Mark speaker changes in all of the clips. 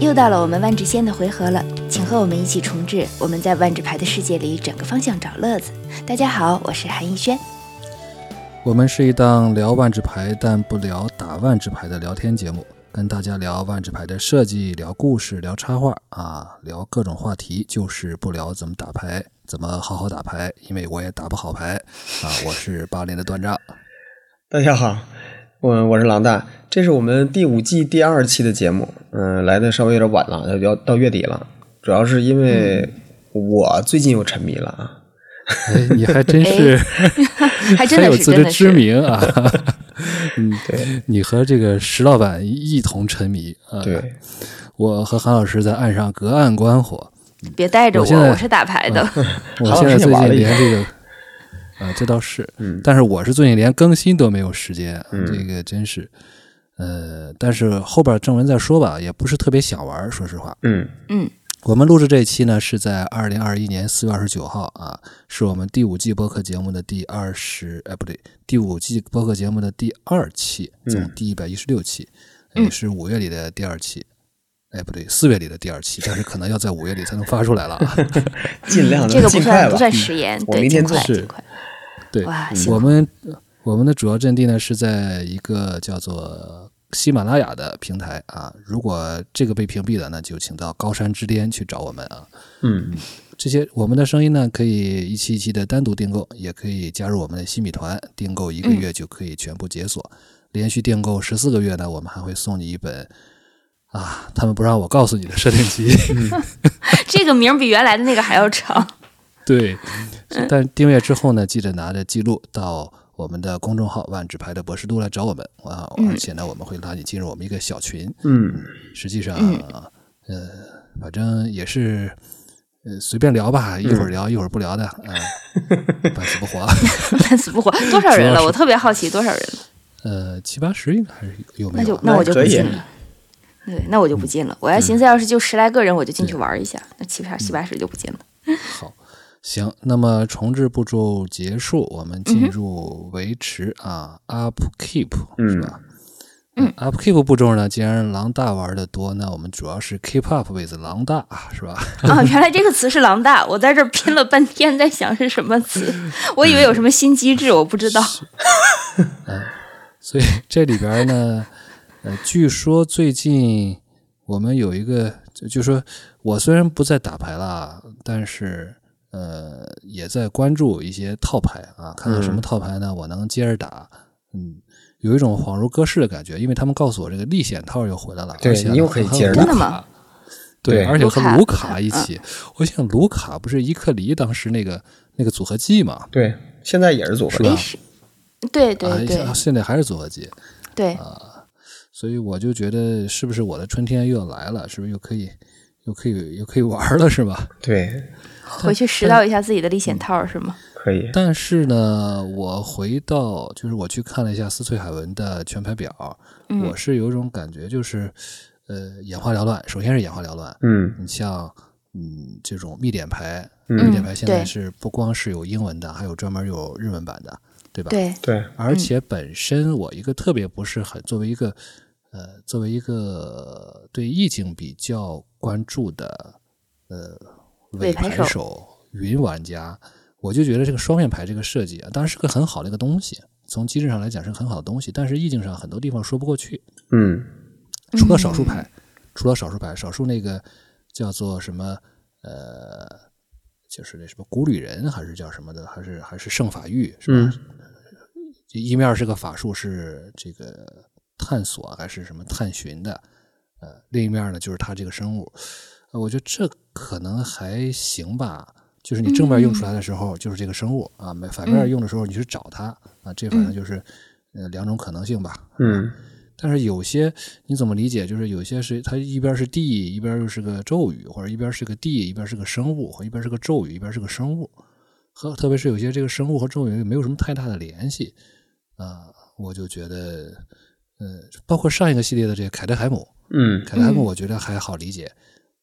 Speaker 1: 又到了我们万智仙的回合了，请和我们一起重置我们在万智牌的世界里整个方向找乐子。大家好，我是韩逸轩。
Speaker 2: 我们是一档聊万智牌但不聊打万智牌的聊天节目，跟大家聊万智牌的设计、聊故事、聊插画啊，聊各种话题，就是不聊怎么打牌，怎么好好打牌，因为我也打不好牌啊。我是八连的啊段丈，
Speaker 3: 大家好，我我是狼大，这是我们第五季第二期的节目，嗯、来的稍微有点晚了，要到月底了，主要是因为
Speaker 1: 嗯
Speaker 3: 我最近又沉迷了啊，
Speaker 2: 哎，你还真 是
Speaker 1: 还真的
Speaker 2: 很有
Speaker 1: 是，
Speaker 2: 自
Speaker 1: 真
Speaker 2: 知
Speaker 1: 的
Speaker 2: 之
Speaker 1: 是，
Speaker 2: 明啊。嗯，
Speaker 3: 对
Speaker 2: 你和这个石老板一同沉迷啊。呃
Speaker 3: 对，
Speaker 2: 我和韩老师在岸上隔岸观火。
Speaker 1: 别带着
Speaker 2: 我
Speaker 1: 我，
Speaker 2: 现在
Speaker 1: 我是打牌的。
Speaker 2: 我现
Speaker 3: 韩老
Speaker 2: 在
Speaker 3: 师
Speaker 2: 最
Speaker 3: 也玩
Speaker 2: 近
Speaker 3: 了一
Speaker 2: 连这个， 啊，这倒是，
Speaker 3: 嗯
Speaker 2: 但是我是最近连更新都没有时间，啊
Speaker 3: 嗯
Speaker 2: 这个真是，呃，但是后边正文再说吧，也不是特别想玩，说实话。
Speaker 3: 嗯，
Speaker 1: 嗯，
Speaker 2: 我们录制这一期呢，是在二零二一年四月二十九号啊，是我们第五季播客节目的第二十，哎，不对，第五季播客节目的第二期，
Speaker 3: 嗯
Speaker 2: 总第一百一十六期，
Speaker 1: 嗯
Speaker 2: 也是五月里的第二期，哎，不对，四月里的第二期，但是可能要在五月里才能发出来了 啊。
Speaker 3: 尽量
Speaker 1: 这
Speaker 3: 的
Speaker 1: 个不
Speaker 3: 嗯尽快
Speaker 1: 算
Speaker 3: 吧
Speaker 1: 不，算食言，
Speaker 3: 我
Speaker 1: 对，
Speaker 3: 明
Speaker 1: 尽
Speaker 3: 天
Speaker 1: 快
Speaker 2: 做
Speaker 1: 尽快。
Speaker 2: 对
Speaker 1: 哇，
Speaker 2: 我
Speaker 1: 行，
Speaker 2: 们我们的主要阵地呢是在一个叫做喜马拉雅的平台啊。如果这个被屏蔽了，那就请到高山之巅去找我们啊。
Speaker 3: 嗯，
Speaker 2: 这些我们的声音呢，可以一期一期的单独订购，也可以加入我们的西米团，订购一个月就可以全部解锁。连续订购十四个月呢，我们还会送你一本啊，他们不让我告诉你的设定集。
Speaker 1: 这个名儿比原来的那个还要长。
Speaker 2: 对，
Speaker 1: 嗯
Speaker 2: 但订阅之后呢，记得拿着记录到我们的公众号“万智牌的博士都”来找我们啊，
Speaker 1: 嗯
Speaker 2: 而且呢，我们会拉你进入我们一个小群。
Speaker 3: 嗯，
Speaker 2: 实际上
Speaker 1: 嗯，
Speaker 2: 呃，反正也是。呃，随便聊吧，一
Speaker 1: 嗯
Speaker 2: 会儿聊，一会儿不聊 的，啊、半死不活。
Speaker 1: 半死不活，多少人
Speaker 2: 主要
Speaker 1: 了？
Speaker 2: 是
Speaker 1: 我特别好奇多少人了。
Speaker 2: 呃，七八十应该还是有没
Speaker 1: 那
Speaker 2: 有
Speaker 1: 就
Speaker 2: 啊？
Speaker 1: 那我就
Speaker 3: 可
Speaker 1: 不
Speaker 3: 以
Speaker 1: 进了。对，那我就不进了。我要寻思，要是就十来个人，我就进去玩一下。那七八七八十就不进了。
Speaker 2: 好，行，那么重置步骤结束，我们进入维持啊、upkeep 是吧？
Speaker 1: 嗯
Speaker 2: ，upkeep 步骤呢，既然狼大玩的多，那我们主要是 keep up with 狼大是吧？
Speaker 1: 啊，原来这个词是狼大，我在这儿拼了半天，在想是什么词，我以为有什么新机制，我不知道。
Speaker 2: 所以这里边呢，呃，据说最近我们有一个，就就说我虽然不再打牌了，啊但是呃，也在关注一些套牌啊，看
Speaker 3: 嗯
Speaker 2: 看什么套牌呢，我能接着打，嗯。有一种恍如隔世的感觉，因为他们告诉我这个立显套又回来了，
Speaker 3: 对
Speaker 2: 而且呢
Speaker 3: 你又可以接
Speaker 2: 还
Speaker 3: 着
Speaker 2: 有
Speaker 1: 打真的吗
Speaker 2: 卢卡对，
Speaker 3: 对
Speaker 2: 而且和
Speaker 1: 卢卡嗯
Speaker 2: 卢卡一起，我想卢卡不是伊克里当时那个那个组合技嘛，
Speaker 3: 对，现在也是组合
Speaker 2: 是吧
Speaker 1: 诶，
Speaker 3: 的，
Speaker 1: 是，对对对
Speaker 2: 啊，现在还是组合技，
Speaker 1: 对，
Speaker 2: 所以我就觉得，是不是我的春天又要来了？是不是又可以，又可以，又可以玩了，是吧？
Speaker 3: 对，
Speaker 1: 回去拾掇一下自己的历险套是吗？
Speaker 3: 可以，
Speaker 2: 但是呢，我回到就是我去看了一下斯翠海文的全排表，
Speaker 3: 嗯
Speaker 2: 我是有一种感觉，就是呃，眼花缭乱。首先是眼花缭乱，
Speaker 3: 嗯
Speaker 2: 你像嗯这种密点牌，密
Speaker 3: 嗯，
Speaker 2: 点牌现在
Speaker 1: 对
Speaker 2: 是不光是有英文的，还有专门有日文版的，对吧？
Speaker 1: 对，
Speaker 3: 对，
Speaker 2: 而且本身我一个特别不是很作为一个呃作为一个对意境比较关注的呃
Speaker 1: 伪
Speaker 2: 伪
Speaker 1: 牌
Speaker 2: 牌
Speaker 1: 手
Speaker 2: 手云玩家，我就觉得这个双面牌这个设计啊，当然是个很好的一个东西，从机制上来讲是个很好的东西，但是意境上很多地方说不过去，
Speaker 3: 嗯
Speaker 2: 除了少数牌，除了少数牌，少数那个叫做什么呃，就是那什么古旅人还是叫什么的，还是还是圣法域是吧？
Speaker 3: 嗯
Speaker 2: 就一面是个法术，是这个探索还是什么探寻的，呃，另一面呢就是它这个生物，呃我觉得这可能还行吧。就是你正面用出来的时候，就是这个生物啊；没反面
Speaker 1: 嗯
Speaker 2: 用的时候，你去找它啊。这反正就是，呃，两种可能性吧。
Speaker 3: 嗯
Speaker 2: 但是有些你怎么理解？就是有些是它一边是地，一边又是个咒语，或者一边是个地，一边是个生物，或者一边是个咒语，一边是个生物。和特别是有些这个生物和咒语没有什么太大的联系啊、我就觉得，呃，包括上一个系列的这个凯特海姆，
Speaker 3: 嗯
Speaker 2: 凯特海姆
Speaker 1: 嗯
Speaker 2: 我觉得还好理解，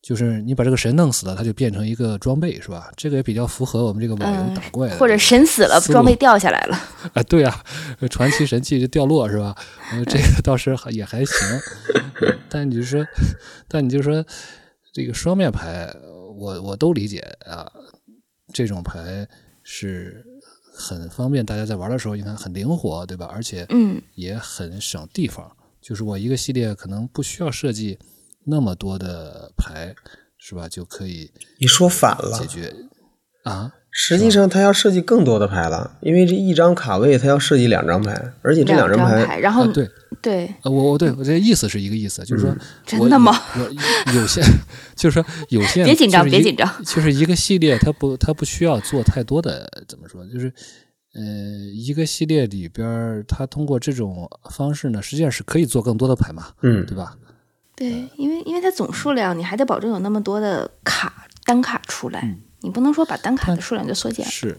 Speaker 2: 就是你把这个神弄死了，它就变成一个装备，是吧？这个也比较符合我们这个网游
Speaker 1: 嗯
Speaker 2: 打怪的这个、
Speaker 1: 或者神死了，
Speaker 2: 思路
Speaker 1: 装备掉下来了。
Speaker 2: 啊，对啊，呃传奇神器就掉落是吧？呃，这个倒是还也还行，但你就说，但你就说这个双面牌，我我都理解啊。这种牌是很方便大家在玩的时候，你看很灵活，对吧？而且
Speaker 1: 嗯
Speaker 2: 也很省地方。就是我一个系列可能不需要设计那么多的牌，是吧？就可以
Speaker 3: 你说反了
Speaker 2: 解，决啊。
Speaker 3: 实际上他要设计更多的牌了，因为这一张卡位他要设计两张牌，而且这
Speaker 1: 两
Speaker 3: 张
Speaker 1: 张
Speaker 3: 牌
Speaker 1: 然后、
Speaker 2: 啊，对，
Speaker 1: 对
Speaker 2: 呃，我我对我这意思是一个意思，就是说我，
Speaker 1: 真的吗
Speaker 2: 有？有有限，就是说有限。
Speaker 1: 别紧张
Speaker 2: 就是一
Speaker 1: 别紧张
Speaker 2: 就是一个系列，它不它不需要做太多的怎么说，就是呃，一个系列里边儿，它通过这种方式呢，实际上是可以做更多的牌嘛，
Speaker 3: 嗯
Speaker 2: 对吧？
Speaker 1: 对，因为因为它总数量，你还得保证有那么多的卡单卡出来，你不能说把单卡的数量就缩减。
Speaker 2: 是，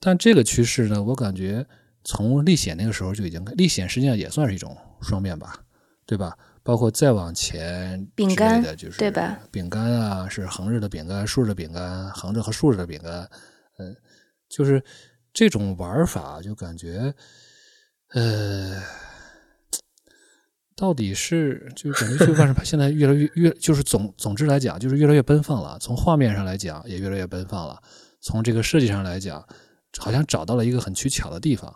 Speaker 2: 但这个趋势呢，我感觉从历险那个时候就已经，历险实际上也算是一种双面吧，对吧？包括再往前
Speaker 1: 饼
Speaker 2: 之类
Speaker 1: 干
Speaker 2: 的就是
Speaker 1: 对吧？
Speaker 2: 饼干啊，是横着的饼干、竖着的饼干、横着和竖着的饼干，嗯，就是这种玩法，就感觉，呃。到底是就感觉这个万圣牌现在越来越越就是总总之来讲就是越来越奔放了，从画面上来讲也越来越奔放了，从这个设计上来讲，好像找到了一个很取巧的地方。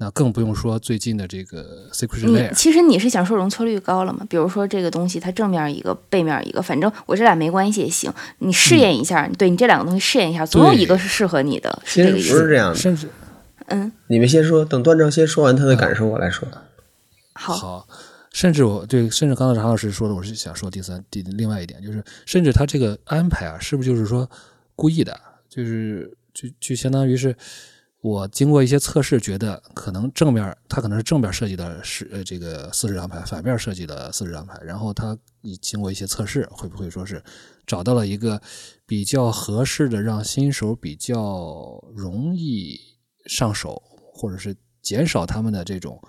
Speaker 2: 那更不用说最近的这个 Secret
Speaker 1: 你
Speaker 3: 啊
Speaker 2: Layer，
Speaker 1: 其实你是想说容错率高了吗？比如说这个东西它正面一个，背面一个，反正我这俩没关系也行。你试
Speaker 3: 嗯
Speaker 1: 验一下，对你这两个东西试验一下，总有一个是适合你的，是
Speaker 3: 其
Speaker 1: 这
Speaker 3: 实
Speaker 1: 个意
Speaker 3: 不是
Speaker 1: 思。
Speaker 3: 这样的。
Speaker 2: 甚至
Speaker 1: 嗯，
Speaker 3: 你们先说，等段章先说完他的感受，我来说。
Speaker 1: 好，
Speaker 2: 好，甚至我对，甚至刚才常老师说的，我是想说第三第另外一点，就是甚至他这个安排啊，是不是就是说故意的？就是就就相当于是我经过一些测试，觉得可能正面他可能是正面设计的是呃这个四十张牌，反面设计的四十张牌，然后他已经过一些测试，会不会说是找到了一个比较合适的，让新手比较容易上手，或者是减少他们的这种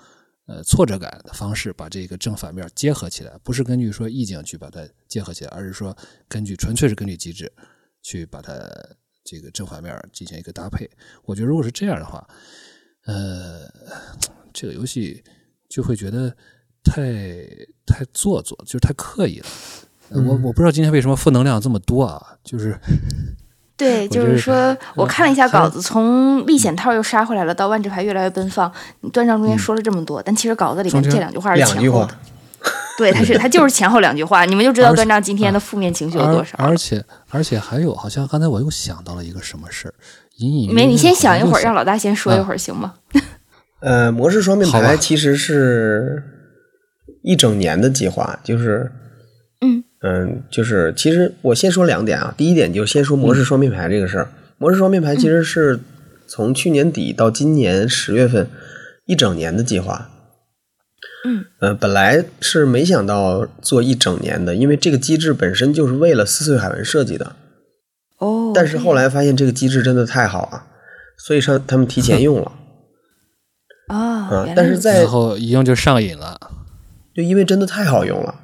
Speaker 2: 呃挫折感的方式，把这个正反面结合起来，不是根据说意境去把它结合起来，而是说根据纯粹是根据机制去把它这个正反面进行一个搭配。我觉得如果是这样的话，呃，这个游戏就会觉得太太做作，就是太刻意了。呃
Speaker 1: 嗯
Speaker 2: 我我不知道今天为什么负能量这么多啊，就是
Speaker 1: 对，就
Speaker 2: 觉
Speaker 1: 是
Speaker 2: 得
Speaker 1: 说我
Speaker 3: 嗯
Speaker 1: 看了一下稿子，从历险套又杀回来了，到万智牌越来越奔放。你段章中间说了这么多，但其实稿子里面
Speaker 2: 中间
Speaker 1: 这两句话是
Speaker 3: 嗯两句
Speaker 1: 前后
Speaker 3: 话
Speaker 1: 的，，对，它是它就是前后两句话，你们就知道
Speaker 2: 而且
Speaker 1: 段章今
Speaker 3: 啊
Speaker 1: 天的负面情绪有多少。啊
Speaker 2: 而而且而且还有，好像刚才我又想到了一个什么事儿，隐隐约
Speaker 1: 没，你
Speaker 2: 约
Speaker 1: 先
Speaker 2: 好像
Speaker 1: 想一
Speaker 2: 又
Speaker 1: 会儿，让老大先
Speaker 3: 啊
Speaker 1: 说一会儿，行吗？
Speaker 3: 呃，模式双面
Speaker 2: 好吧
Speaker 3: 牌其实是一整年的计划，就是
Speaker 1: 嗯
Speaker 3: 嗯，就是其实我先说两点啊，第一点就先说模式双面牌这个事儿。模式双面牌其实是从去年底到今年十月份一整年的计划。
Speaker 1: 嗯，
Speaker 3: 呃，本来是没想到做一整年的，因为这个机制本身就是为了撕碎海文设计的。
Speaker 1: 哦，
Speaker 3: 但是后来发现这个机制真的太好了，所以上他们提前用了。
Speaker 1: 啊
Speaker 3: 啊，
Speaker 1: 原来
Speaker 3: 但是
Speaker 1: 如此
Speaker 3: 在
Speaker 2: 然后一用就上瘾了。
Speaker 3: 就因为真的太好用了。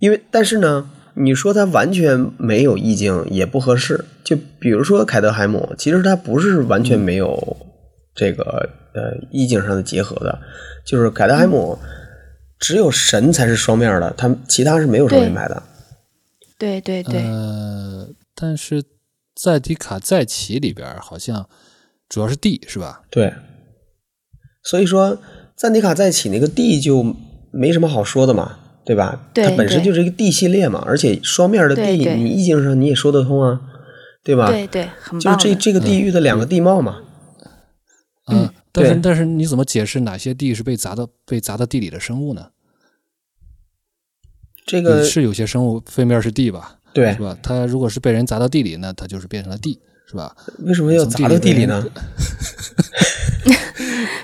Speaker 3: 因为但是呢，你说它完全没有意境也不合适。就比如说凯德海姆，其实它不是完全没有这个呃意境上的结合的，就是凯德海姆只有神才是双面的，它其他是没有双面牌的。
Speaker 1: 对对
Speaker 3: 嗯
Speaker 1: 对，
Speaker 2: 呃，但是在迪卡在奇里边儿好像主要是 D 是吧？
Speaker 3: 对，所以说赞迪卡在一起那个 D 就没什么好说的嘛，对吧？
Speaker 1: 对
Speaker 3: 它本身
Speaker 1: 对
Speaker 3: 就是一个 D 系列嘛，而且双面的 D，
Speaker 1: 对对
Speaker 3: 你意境上你也说得通啊，对吧？
Speaker 1: 对对，很
Speaker 3: 就
Speaker 1: 棒
Speaker 3: 这
Speaker 1: 的。
Speaker 3: 这个地域的两个地貌嘛，
Speaker 2: 嗯，但
Speaker 3: 对
Speaker 2: 是但是你怎么解释哪些 D 是被砸到被砸到地里的生物呢？
Speaker 3: 这个
Speaker 2: 嗯是有些生物背面是 D 吧？
Speaker 3: 对
Speaker 2: 是，吧？它如果是被人砸到地里，那它就是变成了 D 是吧？
Speaker 3: 为什么要砸到地里呢？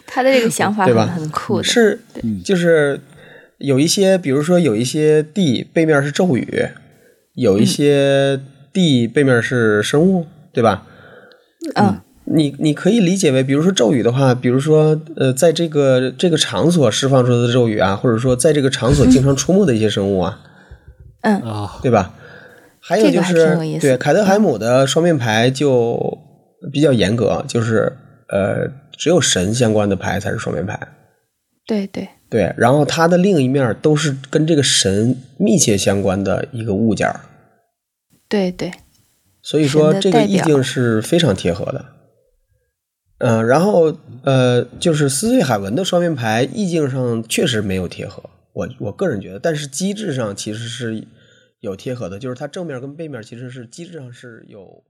Speaker 1: 他的这个想法
Speaker 3: 对吧
Speaker 1: 很很酷的，
Speaker 3: 是，
Speaker 2: 嗯
Speaker 3: 就是有一些，比如说有一些地背面是咒语，有
Speaker 1: 嗯
Speaker 3: 一些地背面是生物，对吧？
Speaker 1: 嗯，
Speaker 3: 你你可以理解为，比如说咒语的话，比如说呃，在这个这个场所释放出的咒语啊，或者说在这个场所经常出没的一些生物啊，
Speaker 2: 啊、
Speaker 3: 对吧？还有就
Speaker 1: 这个还
Speaker 3: 是
Speaker 1: 挺有意思嗯
Speaker 3: 对凯德海姆的双面牌就比较严格，就是呃，只有神相关的牌才是双面牌。
Speaker 1: 对对，
Speaker 3: 对，然后它的另一面都是跟这个神密切相关的一个物件儿，
Speaker 1: 对对，
Speaker 3: 所以说
Speaker 1: 神的
Speaker 3: 这个
Speaker 1: 代
Speaker 3: 意
Speaker 1: 表
Speaker 3: 境是非常贴合的。嗯、然后呃，就是撕碎海文的双面牌意境上确实没有贴合，我我个人觉得，但是机制上其实是有贴合的，就是它正面跟背面其实是机制上是有